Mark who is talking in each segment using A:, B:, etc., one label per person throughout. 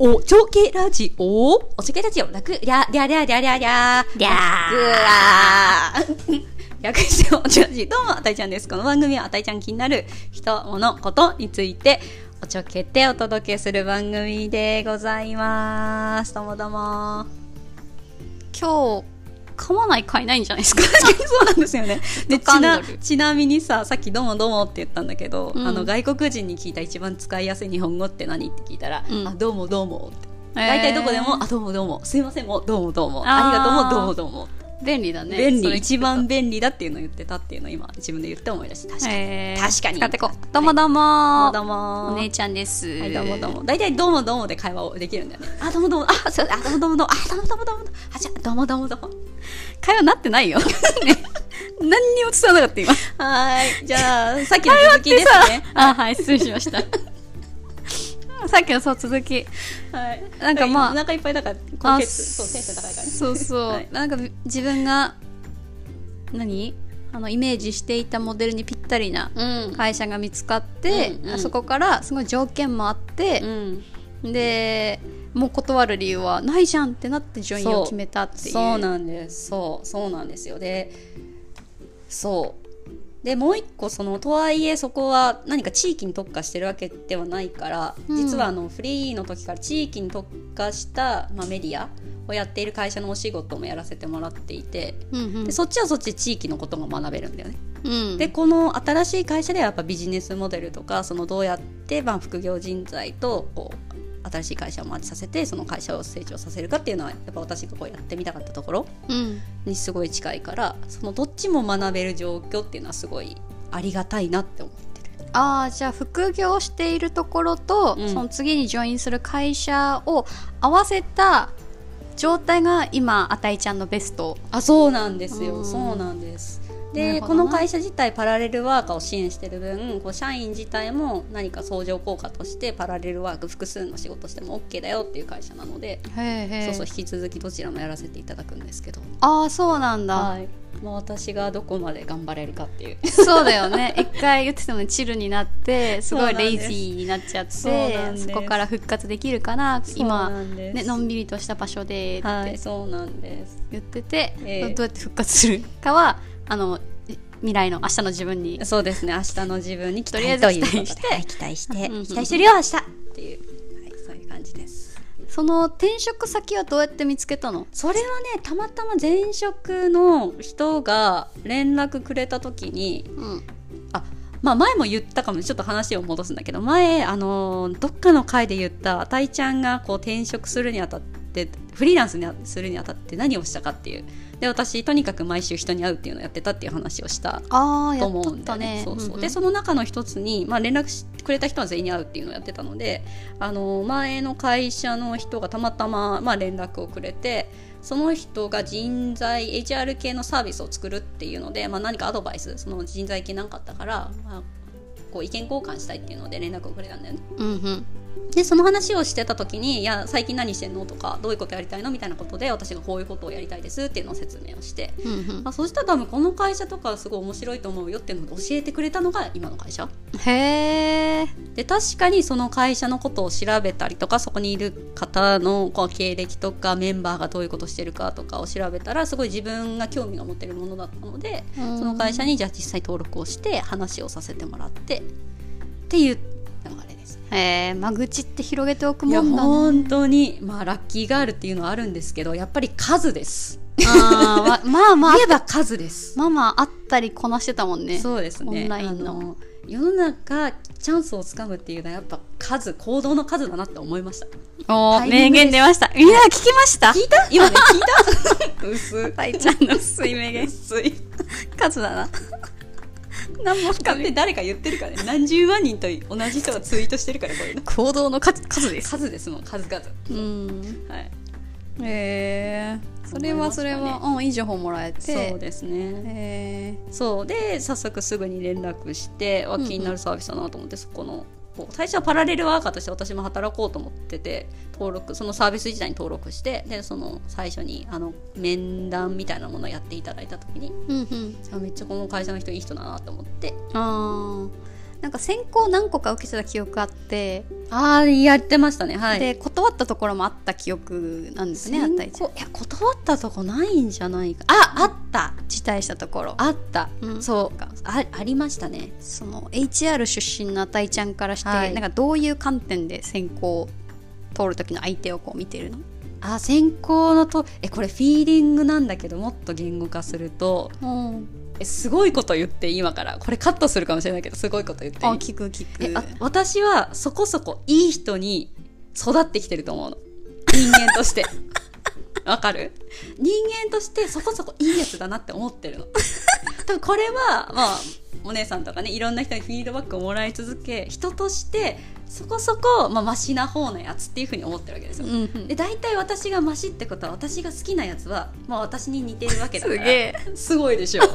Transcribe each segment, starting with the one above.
A: お、情景ラジオお情景ラジオ、楽、りゃ、りゃりゃりゃりゃりゃ、
B: りゃ
A: ー。ぐわー。略しておちょじ、どうも、あたいちゃんです。この番組はあたいちゃん気になる人、物、ことについて、おちょけてお届けする番組でございます。どうもどうも。今日、噛まない買えないんじゃないです かそうなんですよね。で
B: ちょっ
A: ち
B: と噛
A: なん
B: どる
A: ちなみにささっき「どうもどうも」って言ったんだけど、
B: うん
A: あの外国人に聞いた一番使いやすい日本語って何って聞いたら「
B: うん
A: あどうもどうも」って
B: えー
A: 大体どこでも「あどうもどうも」「すいませんもどうもどうも」「
B: あー
A: ありがとうもどうもどうも」
B: 便利だね
A: 便
B: そ
A: 利
B: れ
A: 一番便利だっていうのを言ってたっていうのを今自分で言って思い出して確かに、
B: えー
A: 確かに
B: 使ってこうどうもどうも
A: どうも
B: お姉ちゃんです
A: はい、どうもどうも。大体どうもどうもで会話をできるんだよね。あ、どうもどうも。あ、そう、あ、どうもどうもどうも。あ、どうもどうもどうもどうも。あ、じゃあ、どうもどうもどうも。
B: 会話なってない よね何にも伝わらなかった今
A: はーい。じゃあ、さっきの続きですね。
B: あはい失礼しました さっきのそう続き
A: はい。
B: なんかまあ
A: お腹いっぱいだから、こう
B: あ
A: 血そう、テンション高いからね。
B: そうそう、
A: はい
B: なんか自分が何あのイメージしていたモデルにぴったりな
A: うん
B: 会社が見つかって、
A: うんうん
B: あそこからすごい条件もあって、
A: ん、
B: でもう断る理由はないじゃんってなってジョインを決めたっていう
A: そうなんですそうそうなんですよでそうでもう一個そのとはいえそこは何か地域に特化してるわけではないから、
B: うん
A: 実はあのフリーの時から地域に特化した、まあ、メディアをやっている会社のお仕事もやらせてもらっていて
B: うんうん
A: でそっちはそっちで地域のことが学べるんだよね。
B: うん
A: でこの新しい会社ではやっぱビジネスモデルとかそのどうやってまあ副業人材とこう新しい会社をマッチさせてその会社を成長させるかっていうのはやっぱ私がこうやってみたかったところ
B: うん
A: にすごい近いからそのどっちも学べる状況っていうのはすごいありがたいなって思ってる。
B: ああじゃあ副業をしているところと、
A: うん
B: その次にジョインする会社を合わせた状態が今あたいちゃんのベスト
A: あそうなんです
B: う
A: よ
B: ん
A: そうなんです
B: なる
A: で
B: ほ
A: こ
B: どな
A: の会社自体パラレルワーカーを支援してる分こう社員自体も何か相乗効果としてパラレルワーク複数の仕事しても OK だよっていう会社なので
B: へえへ
A: そうそう引き続きどちらもやらせていただくんですけど、
B: ああそうなんだ、
A: はいまあ、私がどこまで頑張れるかっていう
B: そうだよね一回言ってたのにチルになってすごいレイジーになっちゃって
A: そうなんです
B: そこから復活できるかな
A: そう
B: 今
A: なんです
B: ね、のんびりとした場所で っ
A: はい
B: て
A: そうなんです
B: 言ってて、
A: ええ
B: どうやって復活するかはあのい未来の明日の自分に
A: そうですね明日の自分に期
B: とりあえ
A: 待
B: ず
A: と
B: 期
A: いう
B: 待
A: ことで
B: して
A: はい期待して
B: うんうんうん
A: 期待してるよ明日っていう、はい、そういう感じです
B: その転職先はどうやって見つけたの
A: それはねたまたま前職の人が連絡くれた時に
B: うん
A: あまあ前も言ったかもちょっと話を戻すんだけど前あのどっかの回で言ったあたいちゃんがこう転職するにあたってフリーランスにあするにあたって何をしたかっていうで私とにかく毎週人に会うっていうのをやってたっていう話をした
B: ああ
A: と
B: やっ
A: 思
B: と
A: う
B: っ
A: んだ
B: た
A: よね。
B: ね
A: そうそう
B: うんうん
A: でその中の一つに、まあ、連絡しくれた人は全員に会うっていうのをやってたのであの前の会社の人がたまたま、まあ、連絡をくれてその人が人材 HR 系のサービスを作るっていうので、まあ、何かアドバイスその人材系なんかあったから、まあ、こう意見交換したいっていうので連絡をくれたんだよね。
B: うんうん
A: でその話をしてた時に「いや最近何してんの?」とか「どういうことやりたいの?」みたいなことで私がこういうことをやりたいですっていうのを説明をして。
B: うんうん
A: あそしたら多分この会社とかすごい面白いと思うよっていうのを教えてくれたのが今の会社
B: へえ
A: で確かにその会社のことを調べたりとかそこにいる方のこう経歴とかメンバーがどういうことしてるかとかを調べたらすごい自分が興味が持ってるものだったので
B: そ
A: その会社にじゃあ実際登録をして話をさせてもらってっていう流れですね。
B: へえ間口って広げておく
A: い
B: も
A: や
B: んだね
A: 本当にまあラッキーガールっていうのはあるんですけどやっぱり数です。
B: あーわ まあまあ
A: 言えば数です。
B: まあまああったりこなしてたもんね
A: そうですね
B: オンラインの
A: あ世の中チャンスをつかむっていうのはやっぱ数行動の数だなって思いました
B: お
A: タ
B: ー
A: イミングです
B: 名言出ましたいや聞きました
A: 聞いた今ね聞いた 薄
B: たいちゃんの薄い名言
A: 薄い
B: 数だ な何も
A: 使って誰か言ってるからね何十万人と同じ人がツイートしてるからこれ
B: 行動の数数です
A: 数ですもん数々
B: うん
A: はい
B: へえそれはそれ
A: 思いま
B: は
A: し、
B: うんいい情報もらえて
A: そうですね
B: へえ
A: そうで早速すぐに連絡してわ
B: うんうん
A: 気になるサービスだなと思って、そこのこう最初はパラレルワーカーとして私も働こうと思ってて登録そのサービス自体に登録してでその最初にあの面談みたいなものをやっていただいた時に
B: うんうん
A: あめっちゃこの会社の人いい人だなと思って
B: あーなんか選考何個か受けてた記憶があって、
A: ああやってましたねはい
B: で断ったところもあった記憶なんですねあ
A: 選
B: たいちゃん
A: 考いや断ったとこないんじゃないかああった
B: 辞退したところ
A: あった、
B: うん
A: そうかあありましたね
B: その HR 出身のあたいちゃんからして、
A: はい
B: なんかどういう観点で選考を通る時の相手をこう見てるの
A: あ選考のとえこれフィーリングなんだけどもっと言語化するとえすごいこと言っていい今からこれカットするかもしれないけどすごいこと言ってい
B: あ
A: い
B: 聞く聞
A: えあ
B: く
A: 私はそこそこいい人に育ってきてると思うの人間として わかる人間としてそこそこいいやつだなって思って るの多分これはまあお姉さんとかねいろんな人にフィードバックをもらい続け人としてそこそこ、まあ、マシな方のやつっていうふうに思ってるわけです
B: う
A: よ、
B: んうん
A: で大体私がマシってことは私が好きなやつは、まあ、私に似てるわけだか
B: す
A: ら
B: げえ
A: すごいでしょ
B: す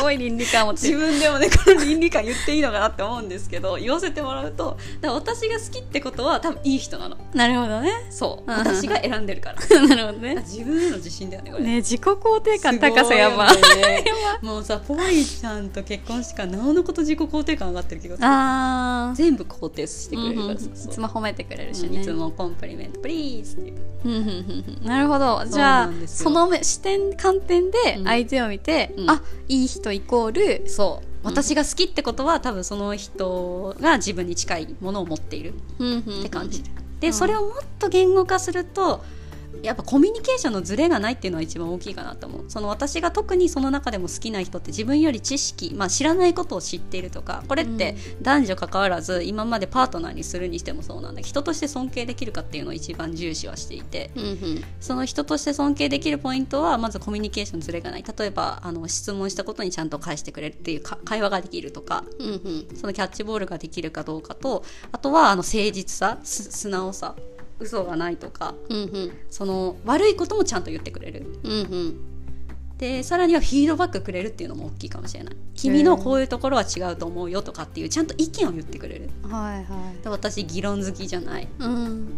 B: ごい倫理観を
A: 自分でもねこの倫理観言っていいのかなって思うんですけど言わせてもらうとだから私が好きってことは多分いい人なの
B: なるほどね
A: そう
B: うんうん
A: 私が選んでるから
B: なるほどね
A: 自分への自信だよねこれ
B: ね自己肯定感高
A: すご
B: さ
A: い
B: や
A: よね
B: ば
A: もうさポワイちゃんと結婚しかなおのこと自己肯定感上がってる気がする
B: あー
A: 全部肯定してくれるからさ、
B: うんうんうんい
A: そう
B: つも褒めてくれるし
A: うん
B: ね
A: いつもコンプリメントプリーズっていう
B: うんうんうんうんなるほど
A: そ
B: じゃ
A: うな
B: あ
A: んです
B: そ
A: よ
B: の目視点観点で
A: うん
B: 相手を見て、
A: うん
B: あいい人イコール
A: そう私が好きってことは多分その人が自分に近いものを持っている
B: っ
A: って感じる、
B: う
A: で
B: ん
A: それをもっと言語化するとやっぱコミュニケーションのズレがないっていうのは一番大きいかなと思うその私が特にその中でも好きな人って自分より知識、まあ、知らないことを知っているとかこれって男女関わらず今までパートナーにするにしてもそうなんだけど人として尊敬できるかっていうのを一番重視はしていて
B: うんうん
A: その人として尊敬できるポイントはまずコミュニケーションズレがない例えばあの質問したことにちゃんと返してくれるっていうか会話ができるとか
B: うんうん
A: そのキャッチボールができるかどうかとあとはあの誠実さす素直さ嘘がないとか
B: うんうん
A: その悪いこともちゃんと言ってくれる
B: うんうん
A: でさらにはフィードバックくれるっていうのも大きいかもしれない君のこういうところは違うと思うよとかっていうちゃんと意見を言ってくれる
B: はいは
A: で私議論好きじゃない
B: いうん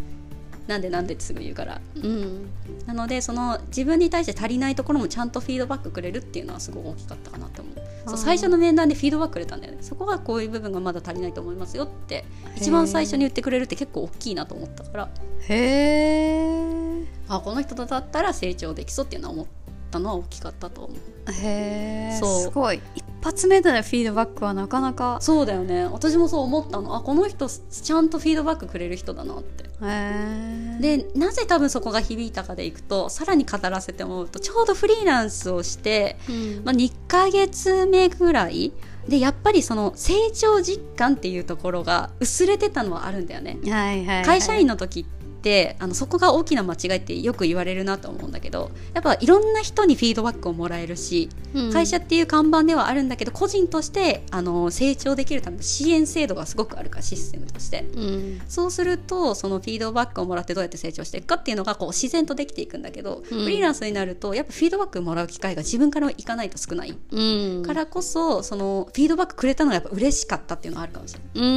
A: なんでなんでってすぐ言うから
B: うん
A: なのでその自分に対して足りないところもちゃんとフィードバックくれるっていうのはすごい大きかったかなと思うそう
B: あー
A: 最初の面談でフィードバックくれたんだよねそこがこういう部分がまだ足りないと思いますよって
B: へー
A: 一番最初に言ってくれるって結構大きいなと思ったから
B: へえ
A: あこの人とだったら成長できそうっていうのは思ったのは大きかったと思う
B: へえ
A: そう
B: すごい一発目でのフィードバックはなかなか
A: そうだよね私もそう思ったのあこの人ちゃんとフィードバックくれる人だなって
B: へえ
A: でなぜ多分そこが響いたかでいくとさらに語らせてもらうとちょうどフリーランスをして
B: うん
A: まあ、2ヶ月目ぐらいでやっぱりその成長実感っていうところが薄れてたのはあるんだよね。
B: はいはいはい
A: 会社員の時ってあのそこが大きな間違いってよく言われるなと思うんだけどやっぱいろんな人にフィードバックをもらえるし
B: うん
A: 会社っていう看板ではあるんだけど個人としてあの成長できるための支援制度がすごくあるからシステムとして。
B: うん
A: そうするとそのフィードバックをもらってどうやって成長していくかっていうのがこう自然とできていくんだけど、
B: うん
A: フリーランスになるとやっぱフィードバックもらう機会が自分からいかないと少ない
B: うん
A: からこそそのフィードバックくれたのがやっぱ嬉しかったっていうのはあるかもしれない
B: う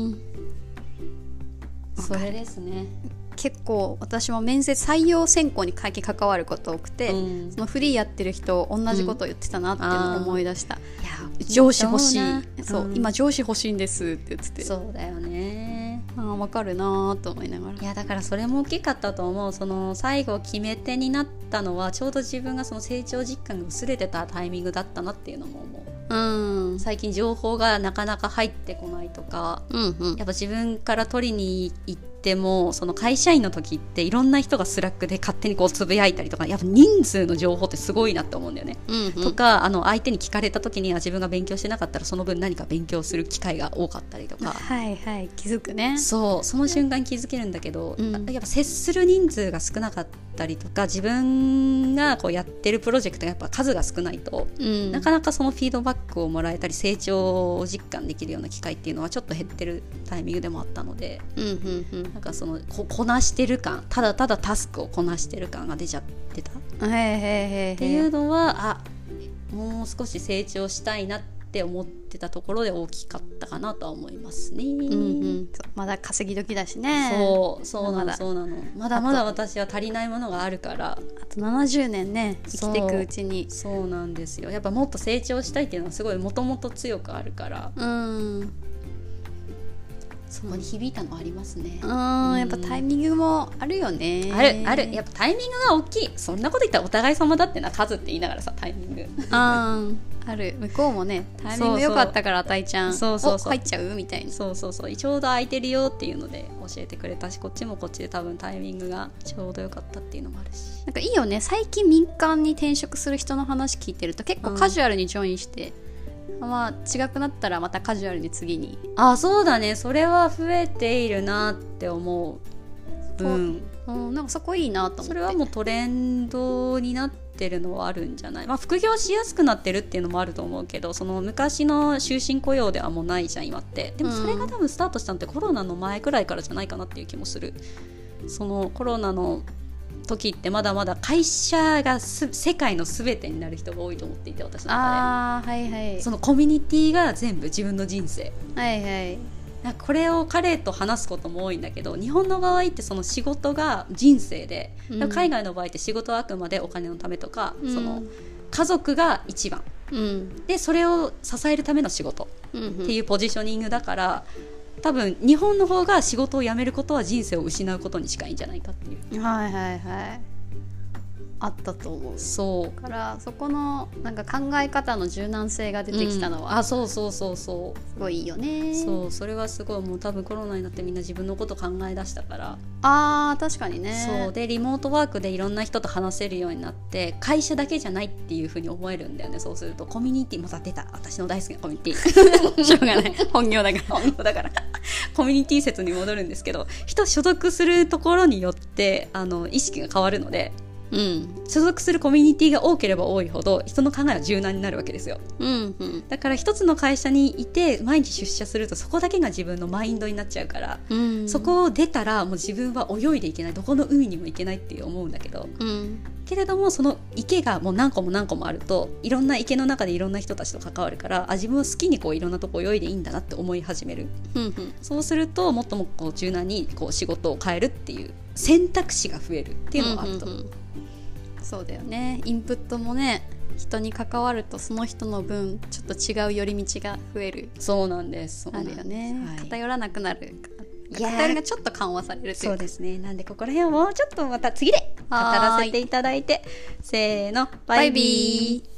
B: ん
A: それですね
B: 結構私も面接採用選考に関係関わること多くて、
A: うん
B: そのフリーやってる人同じこと言ってたなっていうのを思い出した、
A: いや
B: 上司欲しい
A: そ
B: そうう、
A: ん
B: 今上司欲しいんですって言ってて
A: そうだよね
B: ああ分かるなーと思いながら
A: いやだからそれも大きかったと思うその最後決め手になったのはちょうど自分がその成長実感が薄れてたタイミングだったなっていうのも思う
B: うん
A: 最近情報がなかなか入ってこないとか
B: うんうん
A: やっぱ自分から取りに行ってもその会社員の時っていろんな人がスラックで勝手にこうつぶやいたりとかやっぱ人数の情報ってすごいなって思うんだよね
B: うんうん
A: とか、あの相手に聞かれた時には自分が勉強してなかったらその分何か勉強する機会が多かったりとか。
B: はいはい気づくね
A: そうその瞬間に気づけるんだけど、
B: うん
A: やっぱ接する人数が少なかったりとか自分がこうやってるプロジェクトがやっぱ数が少ないと、
B: うん
A: なかなかそのフィードバックをもらえたり成長を実感できるような機会っていうのはちょっと減ってるタイミングでもあったので
B: うんうんうん
A: なんかそのここなしてる感ただただタスクをこなしてる感が出ちゃってた
B: へーへーへーへー
A: っていうのはあもう少し成長したいなって思ってたところで大きかったかなとは思いますね。
B: うんうんそうまだ稼ぎ時だしね
A: そうそうな
B: ま
A: の
B: だ
A: そうなのまだまだ私は足りないものがあるから
B: うと70年ね生きていくうちに
A: そうなんですよやっぱもっと成長したいっていうのはすごいもともと強くあるから
B: うん
A: そこに響いたのはありますね、
B: うんやっぱタイミングもあるよね
A: あるあるやっぱタイミングが大きいそんなこと言ったらお互い様だってな数って言いながらさタイミング
B: うんある向こうもねタイミング良かったからあたいちゃん
A: そうそう
B: お
A: そう
B: 入っちゃうみたいな
A: そうそうそうちょうど空いてるよっていうので教えてくれたしこっちもこっちで多分タイミングがちょうど良かったっていうのもあるし
B: なんかいいよね最近民間に転職する人の話聞いてると結構カジュアルにジョインして、まあ違くなったらまたカジュアルに次に
A: あそうだねそれは増えているなって思ううん
B: うんなんかそこいいなと思って
A: それはもうトレンドになってるのはあるんじゃない、まあ、副業しやすくなってるっていうのもあると思うけどその昔の終身雇用ではもうないじゃん今ってでもそれが多分スタートしたのってコロナの前くらいからじゃないかなっていう気もするそのコロナの時ってまだまだ会社がす世界の全てになる人が多いと思っていて私の中
B: ああはいはい
A: でそのコミュニティが全部自分の人生
B: はいはい
A: なんかこれを彼と話すことも多いんだけど日本の場合ってその仕事が人生で、
B: うん
A: でも海外の場合って仕事はあくまでお金のためとか、
B: うん
A: その家族が一番
B: うん
A: でそれを支えるための仕事
B: うんうん
A: っていうポジショニングだから、多分日本の方が仕事を辞めることは人生を失うことに近いんじゃないかっていう
B: はいはいはいあったと思う
A: そう
B: だからそこのなんか考え方の柔軟性が出てきたの
A: うん
B: は
A: あそうそうそうそう
B: すごいいいよね、
A: そうそれはすごいもう多分コロナになってみんな自分のこと考え出したから
B: あー確かにね
A: そうでリモートワークでいろんな人と話せるようになって会社だけじゃないっていうふうに思えるんだよねそうするとコミュニティまた出た私の大好きなコミュニテ ィしょうがない本業だから 本業だからコミュニティ説に戻るんですけど人所属するところによってあの意識が変わるので
B: うん
A: 所属するコミュニティが多ければ多いほど人の考えは柔軟になるわけですよ
B: うんうん
A: だから一つの会社にいて毎日出社するとそこだけが自分のマインドになっちゃうから
B: うん
A: そこを出たらもう自分は泳いでいけないどこの海にも行けないって思うんだけど
B: うん
A: けれどもその池がもう何個も何個もあるといろんな池の中でいろんな人たちと関わるからあ自分を好きにこういろんなとこ泳いでいいんだなって思い始める
B: うんうん
A: そうするともっともこう柔軟にこう仕事を変えるっていう選択肢が増えるっていうのがあると、
B: うんうんうんそうだよねインプットもね人に関わるとその人の分ちょっと違う寄り道が増える
A: そうなんですそうな
B: あ
A: んで
B: る
A: す
B: よね、
A: はい
B: 偏らなくなる
A: いやー
B: 偏りがちょっと緩和されるとい
A: そうう
B: か
A: ですねなんでここら辺をもうちょっとまた次で語らせていただいてせーのバイビー
B: バイビー